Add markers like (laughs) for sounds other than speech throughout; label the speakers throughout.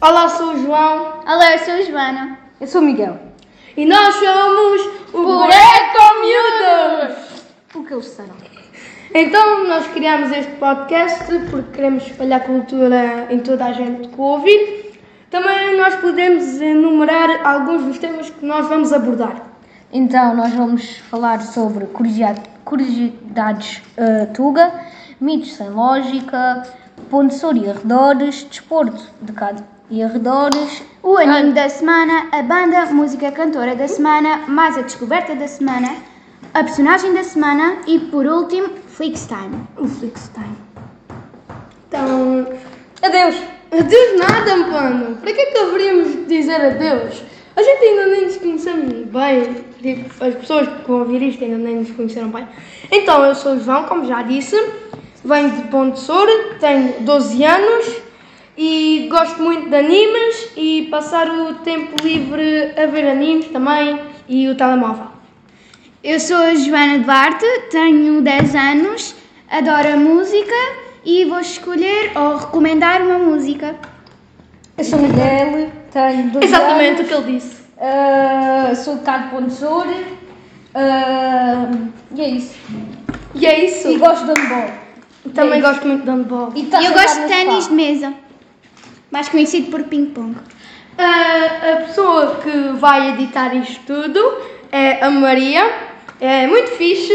Speaker 1: Olá, sou o João.
Speaker 2: Olá, eu sou a Joana.
Speaker 3: Eu sou o Miguel.
Speaker 1: E nós somos o
Speaker 2: Bureco
Speaker 1: Miúdos.
Speaker 3: O que eles serão?
Speaker 1: Então, nós criamos este podcast porque queremos espalhar cultura em toda a gente que ouve. Também nós podemos enumerar alguns dos temas que nós vamos abordar.
Speaker 3: Então, nós vamos falar sobre curiosidade- curiosidades eh, Tuga, mitos sem lógica, Pontessor e arredores, desporto de cada e arredores,
Speaker 2: O anime da semana, a banda, música cantora da semana, mais a descoberta da semana, a personagem da semana e, por último, Flixtime.
Speaker 1: O tá Flixtime. Então,
Speaker 3: adeus!
Speaker 1: adeus nada, mano. Para que é que haveríamos de dizer adeus? A gente ainda nem nos conhecemos bem. Tipo, as pessoas que vão ouvir isto ainda nem nos conheceram bem. Então, eu sou o João, como já disse. Venho de Ponte Soura, tenho 12 anos e gosto muito de animes e passar o tempo livre a ver animes também e o telemóvel.
Speaker 2: Eu sou a Joana Duarte, tenho 10 anos, adoro a música e vou escolher ou recomendar uma música.
Speaker 3: Eu sou o Miguel, tenho 12
Speaker 1: Exatamente o que ele disse.
Speaker 3: anos, eh, sou de Cado Pontessor eh, e é isso.
Speaker 1: E é isso. é
Speaker 3: E gosto de handball.
Speaker 1: Também gosto muito de handball.
Speaker 3: E tá
Speaker 2: eu
Speaker 3: sentado
Speaker 2: gosto de
Speaker 3: no
Speaker 2: ténis de
Speaker 3: sofá.
Speaker 2: mesa, mais conhecido por ping-pong.
Speaker 1: A, a pessoa que vai editar isto tudo é a Maria. É muito fixe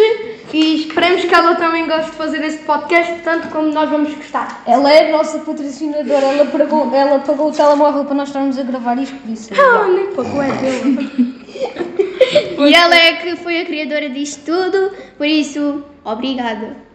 Speaker 1: e esperemos que ela também goste de fazer este podcast tanto como nós vamos gostar.
Speaker 3: Ela é a nossa patrocinadora, ela pagou, ela pagou o telemóvel para nós estarmos a gravar isto, por (laughs) isso.
Speaker 1: Ah, nem pouco é dela.
Speaker 2: E ela é que foi a criadora disto tudo, por isso, obrigada.